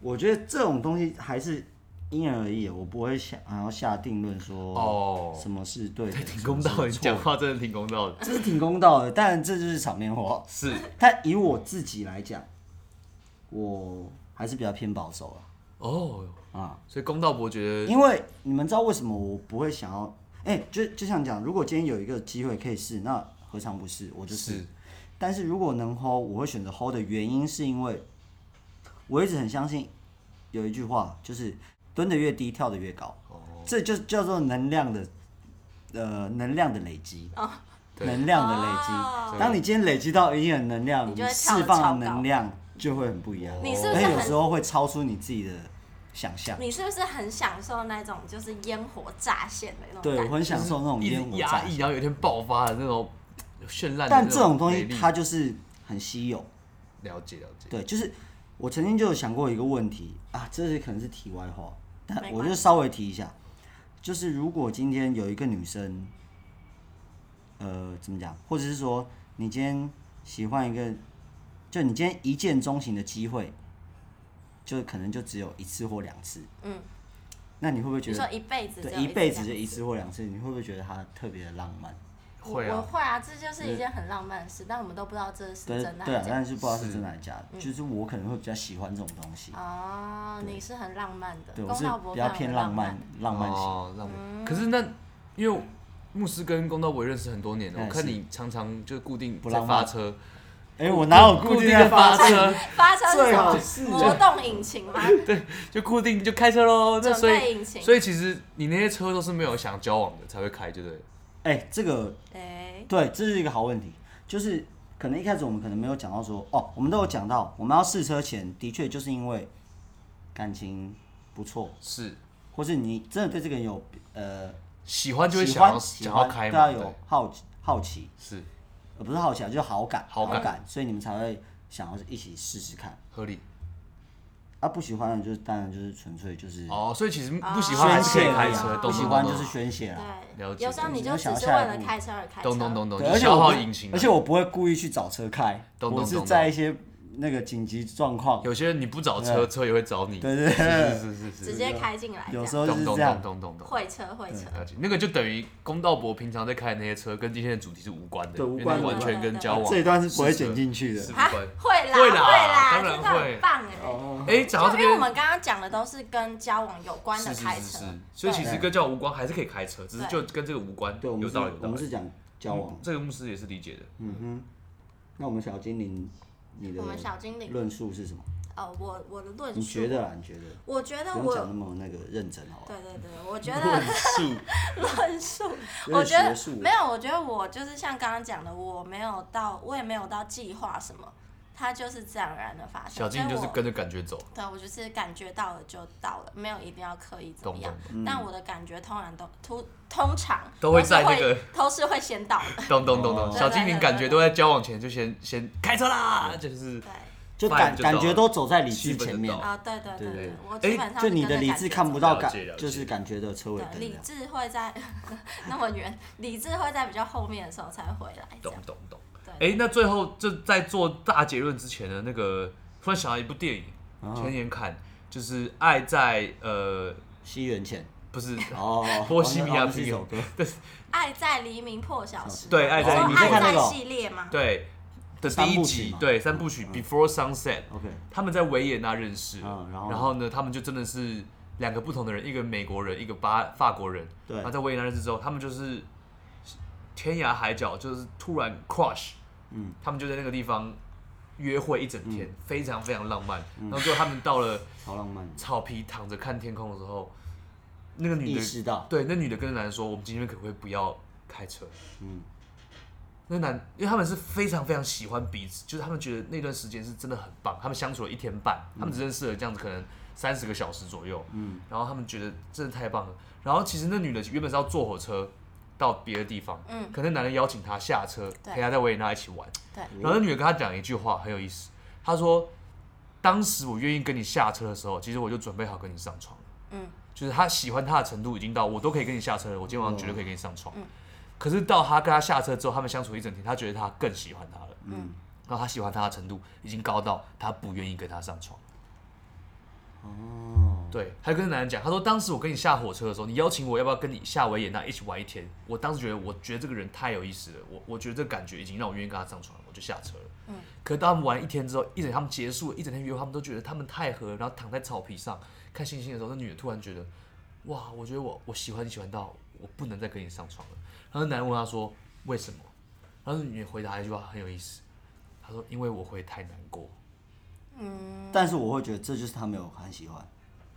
我觉得这种东西还是因人而异，我不会想然后下定论说哦什么是对的，挺什么公是道的，你错讲的话真的挺公道的。这是挺公道的，但这就是场面话。是，但以我自己来讲，我还是比较偏保守啊哦，了啊，所以公道伯觉得因为你们知道为什么我不会想要？哎、就就像讲，如果今天有一个机会可以试，那何尝不是？我就是。是但是如果能 hold，我会选择 hold 的原因是因为我一直很相信有一句话，就是蹲得越低，跳得越高。哦，这就叫做能量的，呃，能量的累积，对能量的累哦积。当你今天累积到一定的能量，你你就会跳释得超放高的能量就会很不一样。哦你是不而是且哦有时很候会超出你自己的想象。你是不是很享受那种就是烟火乍现的那种对，感我觉？很享受那种一烟直火炸压抑，然后有一天爆发的那种绚烂的那。但这种东美西丽它就是很稀有。了解了解，对，就是我曾经就有想过一个问题啊，这是可能是题外话，但没我关就稍微提一下，就是如果今天有一个女生，呃，怎么讲，或者是说你今天喜欢一个，就你今天一见钟情的机会，就可能就只有一次或两次，嗯，那你会不会觉你说得？一辈子只对，有一次辈这子样就一次或两次，你会不啊会觉得它特别的浪漫？会我啊，会啊，这就是一件很浪漫的事，但我们都不知道这是对真的嗯对还啊，是假但是不知道是是真的还是假的，就是我可能会比较喜欢这种东西的。。哦，你是很浪漫的，对，我公是道伯比较非常偏的浪浪漫。浪漫型。哦，浪漫。可是那因为牧师跟公道伯也认识很多年了，哎我看是你常常就固定不在浪漫发车，哎、我哪有固固定的在发发车？车，发车是最什好么？是啊魔动引 擎吗？就固定就开车喽。那准所以备引擎。所以其实你那些车都是没有想交往的才会开，对不对？哎、这个哎，对，这是一个好问题，就是可能一开始我们可能没有讲到说，哦，我们都有讲到，我们要试车前的确就是因为感情不错，是或是你真的对这个人有呃喜欢就会喜想要欢，想要开对啊嘛，有对，好奇好奇，是呃不是好奇啊，就是好感好感所以你们才会想要一起试试看。合理。啊，不喜欢的就是当然就是纯粹就是哦，所以其实不喜欢还宣是可泄以而开已车，啊，哦懂不懂喜懂欢懂就是宣泄啊。了对，解有时候你就只是为了开车而开车，懂懂懂懂，对，就而且消我耗不引擎啊。而且我不会故意去找车开，懂懂我是懂在一些那个紧急状况，有些人你不找车，车也会找你。对对对是是是是直是，接开进来这样，有时候就懂是懂这懂样。懂懂懂。会车会车，了解，那个就等于公道博平常在开的那些车，跟今天的主题是无关的，对无关因为那完全跟交往这一段是不会剪进去的是无啊关。，会啦会啦啦，当然真的会很棒哎、哦，哎，讲到这就因为我边，们刚刚讲的都是跟交往有关的是是开是车是，，所以其实对跟交往无关，还是可以开车，只是对就跟这个无关，对，我有们是道理有我道们理。是讲交往嗯。这个牧师也是理解的，嗯哼，那我们小精灵，你的我们小精灵论述是什么？哦，我我的论述，你觉？得啦？你觉得？我觉得不用我，讲那么那个认真好吧？对对对，我觉得论述论述，有我点觉得学术没。有，我觉得我就是像刚刚讲的，我没有到，我也没有到计划什么，它就是自然而然的发生。小静就所是以我跟着感觉走，对，我就是感觉到了就到了，没有一定要刻意怎么样。但我的感觉通常都通通常都会是在那个都是会先到的，咚咚咚哦咚，对小对精灵对感对觉都在交往前就先先开车啦，就是对就 vibe 感就到了感觉都走在理智气氛就前面到，啊，对对对哦对对对，我哎基本上就是你跟的着理感智觉看走不到了感解了，解就是感觉的车尾对，灯这理样。智会在 那么远，理智会在比较后面的时候才回来。这咚样咚咚。对哎，那最后就在做大结论之前的那个，突然想到一部电影，啊前年看，就是《爱在呃西元 前 不是哦，波西米亚哦那是一平首原歌，爱在黎明破晓时，对爱在你说黎明爱破晓在时系列吗？对的三第一部曲集嘛，嗯对三部曲《Before Sunset》， OK，他们在维也纳认识，嗯然后呢然后呢，他们就真的是两个不同的人，一个美国人，一个巴法国人，对然后在维也纳认识之后，他们就是天涯海角，就是突然 crush，嗯，他们就在那个地方约会一整天，非常非常浪漫。嗯然后最后他们到了好浪漫，草皮躺着看天空的时候，那个女意的识啊到对，那女的跟男的说：“我们今天可不可以不要开车？”嗯嗯，那男，因为他们是非常非常喜欢彼此，就是他们觉得那段时间是真的很棒。他们相处了一天半，他们只认识了这样子可能三十个小时左右。嗯，然后他们觉得真的太棒了。然后其实那女的原本是要坐火车到别的地方，嗯可能男的邀请她下车，对陪她在维也纳一起玩。对，然后那女的跟他讲一句话很有意思，她说：“当时我愿意跟你下车的时候，其实我就准备好跟你上床了。”嗯，就是他喜欢她的程度已经到我都可以跟你下车了，我今天晚上绝对可以跟你上床。嗯可是到他跟他下车之后，他们相处一整天，他觉得他更喜欢她了。嗯，然后他喜欢她的程度已经高到他不愿意跟她上床。哦，对，他跟那男人讲，他说当时我跟你下火车的时候，你邀请我要不要跟你下维也纳一起玩一天？我当时觉得，我觉得这个人太有意思了，我我觉得这个感觉已经让我愿意跟他上床了，我就下车了。嗯，可是当他们玩一天之后，一整他们结束了一整天约会，他们都觉得他们太合了，然后躺在草皮上看星星的时候，那女的突然觉得，哇，我觉得我我喜欢你喜欢到我不能再跟你上床了。然后那男人问他说为什么？然后那女人回答一句话很有意思，他说因为我会太难过。嗯但是我会觉得这就是他没有很喜欢，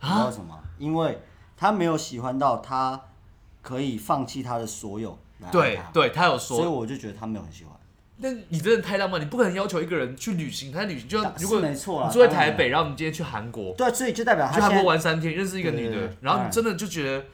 你啊知道为什么吗？因为他没有喜欢到他可以放弃他的所有来爱对他，对，他有所以说，我就觉得他没有很喜欢。那你真的太浪漫，你不可能要求一个人去旅行，他旅行就像当如果是没错啦你住在当然台北，然后你今天去韩国，对，所以就代表去他韩国现在，玩三天，认识一个女对对的对，然当后你然真的就觉得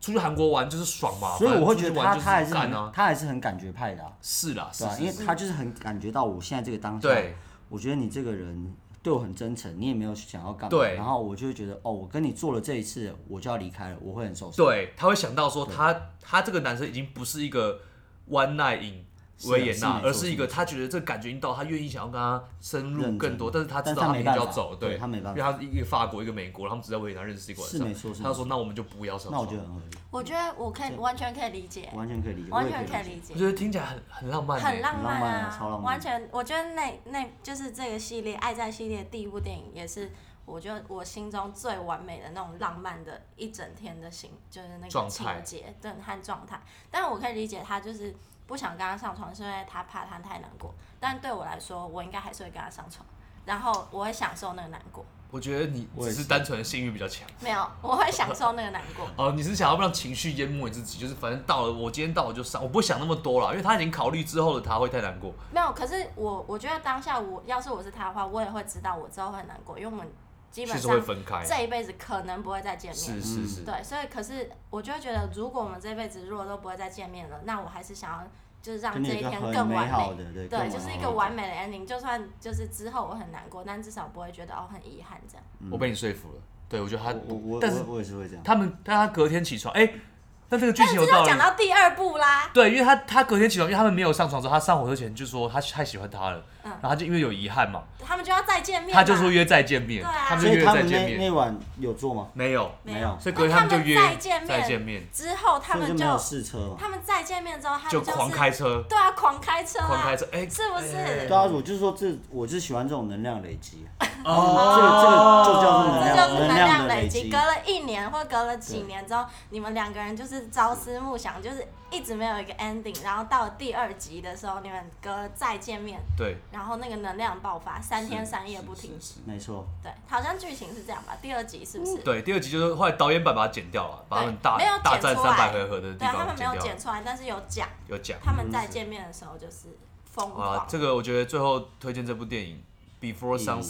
出去韩国玩就是爽嘛，所以我会觉反得他正出去玩就是他还是干很啊，他还是很感觉派的啊，是啦，是对吧？因为是是，他就是很感觉到我现在这个当下，对我觉得你这个人对我很真诚，你也没有想要干嘛，对然后我就会觉得哦，我跟你做了这一次，我就要离开了，我会很受伤。对，他会想到说他他这个男生已经不是一个 one night in 是啊维也是纳没，错而是一个是没错他觉得这个感觉已经到他愿意想要跟他深入认真更多，但是他但知道他他没明天就办要法走，对，对他没办法因为他是一个法国一个美国，然后他们只在维也纳认识一个晚是上没错是，没他说那我们就不要上那我床觉得很合理，我觉得我可以完全可以理解，完全可以理解，完我全也可可以以理解。解我。觉得听起来很很浪漫欸，很浪很浪漫啊啊，超浪漫完全，我觉得那那就是这个系列《爱在系列》第一部电影，也是我觉得我心中最完美的那种浪漫的一整天的行，就是那状个态情节对和状态。但我可以理解他就是不想跟他上床，是因为他怕他太难过。但对我来说，我应该还是会跟他上床，然后我会享受那个难过。我觉得你我也只是是单纯的性欲比较强。没有，我会享受那个难 过。哦，你是想要不让情绪淹没你自己，就是反正到了我今天到我就上，我不会想那么多了，因为他已经考虑之后的他会太难过。没有，可是我我觉得当下我要是我是他的话，我也会知道我之后会很难过，因为我们基确本实会上分开，这一辈子可能不会再见面是。是是，对，所以可是我就会觉得，如果我们这辈子如果都不会再见面了，那我还是想要就是让给你这一一个天很更美完好美。的，对，更对，完就是美一个的完美的 ending，就算就是之后我很难过，但至少不会觉得哦很遗憾这样。我被你说服了。对，我觉得他嗯我我，但是我我也是会这样。他们，但他隔天起床，哎、那这个剧但情是有这道就理讲。到第二步啦，对，因为他他隔天起床，因为他们没有上床之后，他上火车前就说他太喜欢他了，嗯然后他就因为有遗憾嘛，他们就要再见面嘛。他就说约再见面，对啊他们所就以约他再们见那面，那晚有做吗？没有，没有所以那隔天他们就约再见面，再见面，之后他所以们就没就有试车嘛？他们再见面之后，他们就是狂开车，对啊，狂开车啊，狂开车，哎、是不是哎对啊，我就是说这，我就喜欢这种能量累积。哦，这个这个就叫做这能就量是能量的累积积。隔。了一年或隔了几年之后，你们两个人就是朝思暮想，就是一直没有一个 ending。然后到了第二集的时候，你们隔了再见面，对，然后那个能量爆发，三天是三夜不停。是是没错，对，好像剧情是这样吧？第二集是不是？是对，第二集就是后来导演版把它剪掉了，把他们大没有剪大战出三来百回合的地对，他方们没剪有掉了剪，出来，但是有讲，有讲。他们再见面的时候就是疯好了狂，。哦啊这个我觉得最后推荐这部电影《嗯 Before Sunset》，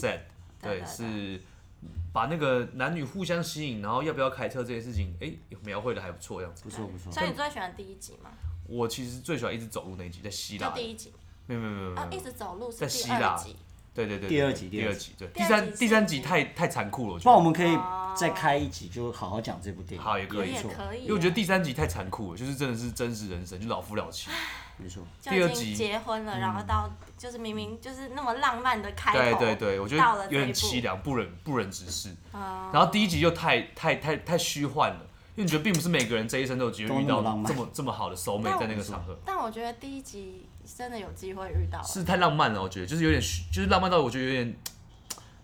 对对，对是把那个男女互相吸引，然后要不要开车这件事情，哎，有描绘的还不错样子。不错不错所。以你最喜欢第一集吗？我其实最喜欢一直走路那一集，在希就腊的，第一集，没有没有没有没啊有，没一有，直走路是在第希二腊集，对对对，第对二集第第二二集集，对，第第二三集第三是集嗯太太残酷了，我不觉然我得。们可以再开一集，就好好讲这部电影。好也可以没也错可以啊。因为我觉得第三集太残酷了，就是真的是真实人生，就老夫老妻。没错。就第二已集经嗯结婚了，然后到就是明明就是那么浪漫的开对头，对对，我觉到得了有点这一步凄凉，不忍不忍直视。啊然后第一集又太太太太虚幻了，因为你觉得并不是每个人这一生都有机会遇都那到么浪漫这么这么好的 soul mate 但我在那个场合，但我觉得第一集真的有机会遇到，是太浪漫了，我觉得就是有点虚就是浪漫到我觉得有点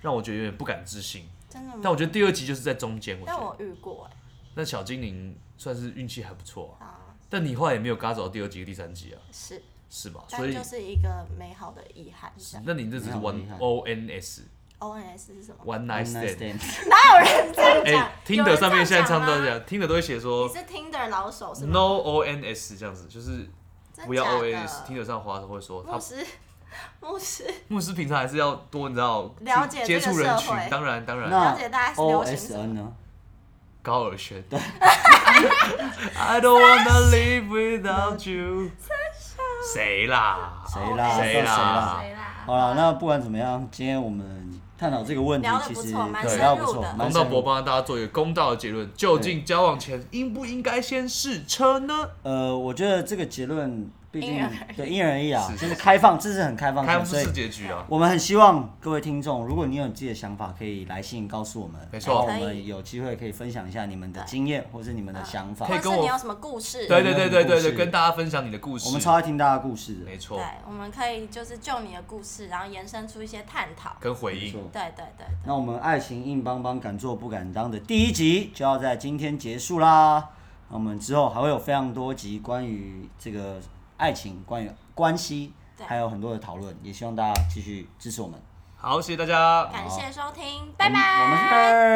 让我觉得有点不敢置信。真的但吗？我觉得第二集就是在中间，我觉但得嗯我遇过哎、那小精灵算是运气还不错、啊，啊，但你后来也没有跟他走到第二集、第三集啊，是，是吧？所但以就。是一个美好的遗憾。这样那你这只是没有 one 遗憾 O N S O N S 是什么？ one night One night stand， stand 哪有人这样讲？哎，听有人的上面现在这唱样到这讲吗样，听的都会写说你是 Tinder 老手是 no 吗 O N S 这样子，就是真不要 O N 假 S，的听得上华都会说他牧师， 牧师牧师平常还是要多，你知道，了解去接触这个人社群会，当然当然，那了解大家是 O 流行 S 什么？ N 呢？高尔宣。I don't wanna live without you。谁啦？谁啦？谁算啦啦？谁啦？好了，那不管怎么样，今天我们探讨这个问题聊，得其不实错蛮对深聊得入不错，的蛮王深道入博帮大家做一个公道的结论：究竟交往前应不应该先试车呢？呃，我觉得这个结论毕因竟人而异对因人而异啊是，就是是开放，这是很开放开性，放所以式结局啊！我们很希望各位听众，如果你有自己的想法，可以来信告诉我们，没错然后我可们以有机会可以分享一下你们的经验或是你们的想法可。以或跟是我你有什么故事？对对对对对故对，事跟大家分享你的故事。我们超爱听大家的故事的，没错对，，我们可以就是就你的故事，然后延伸出一些探讨。跟回没应。错。对对对那我们爱情硬邦邦，敢做不敢当的第一集就要在今天结束啦。那我们之后还会有非常多集关于这个爱情、关于关系，对还有很多的讨论，也希望大家继续支持我们。好，谢谢大家。感谢收听，我拜们拜。我们是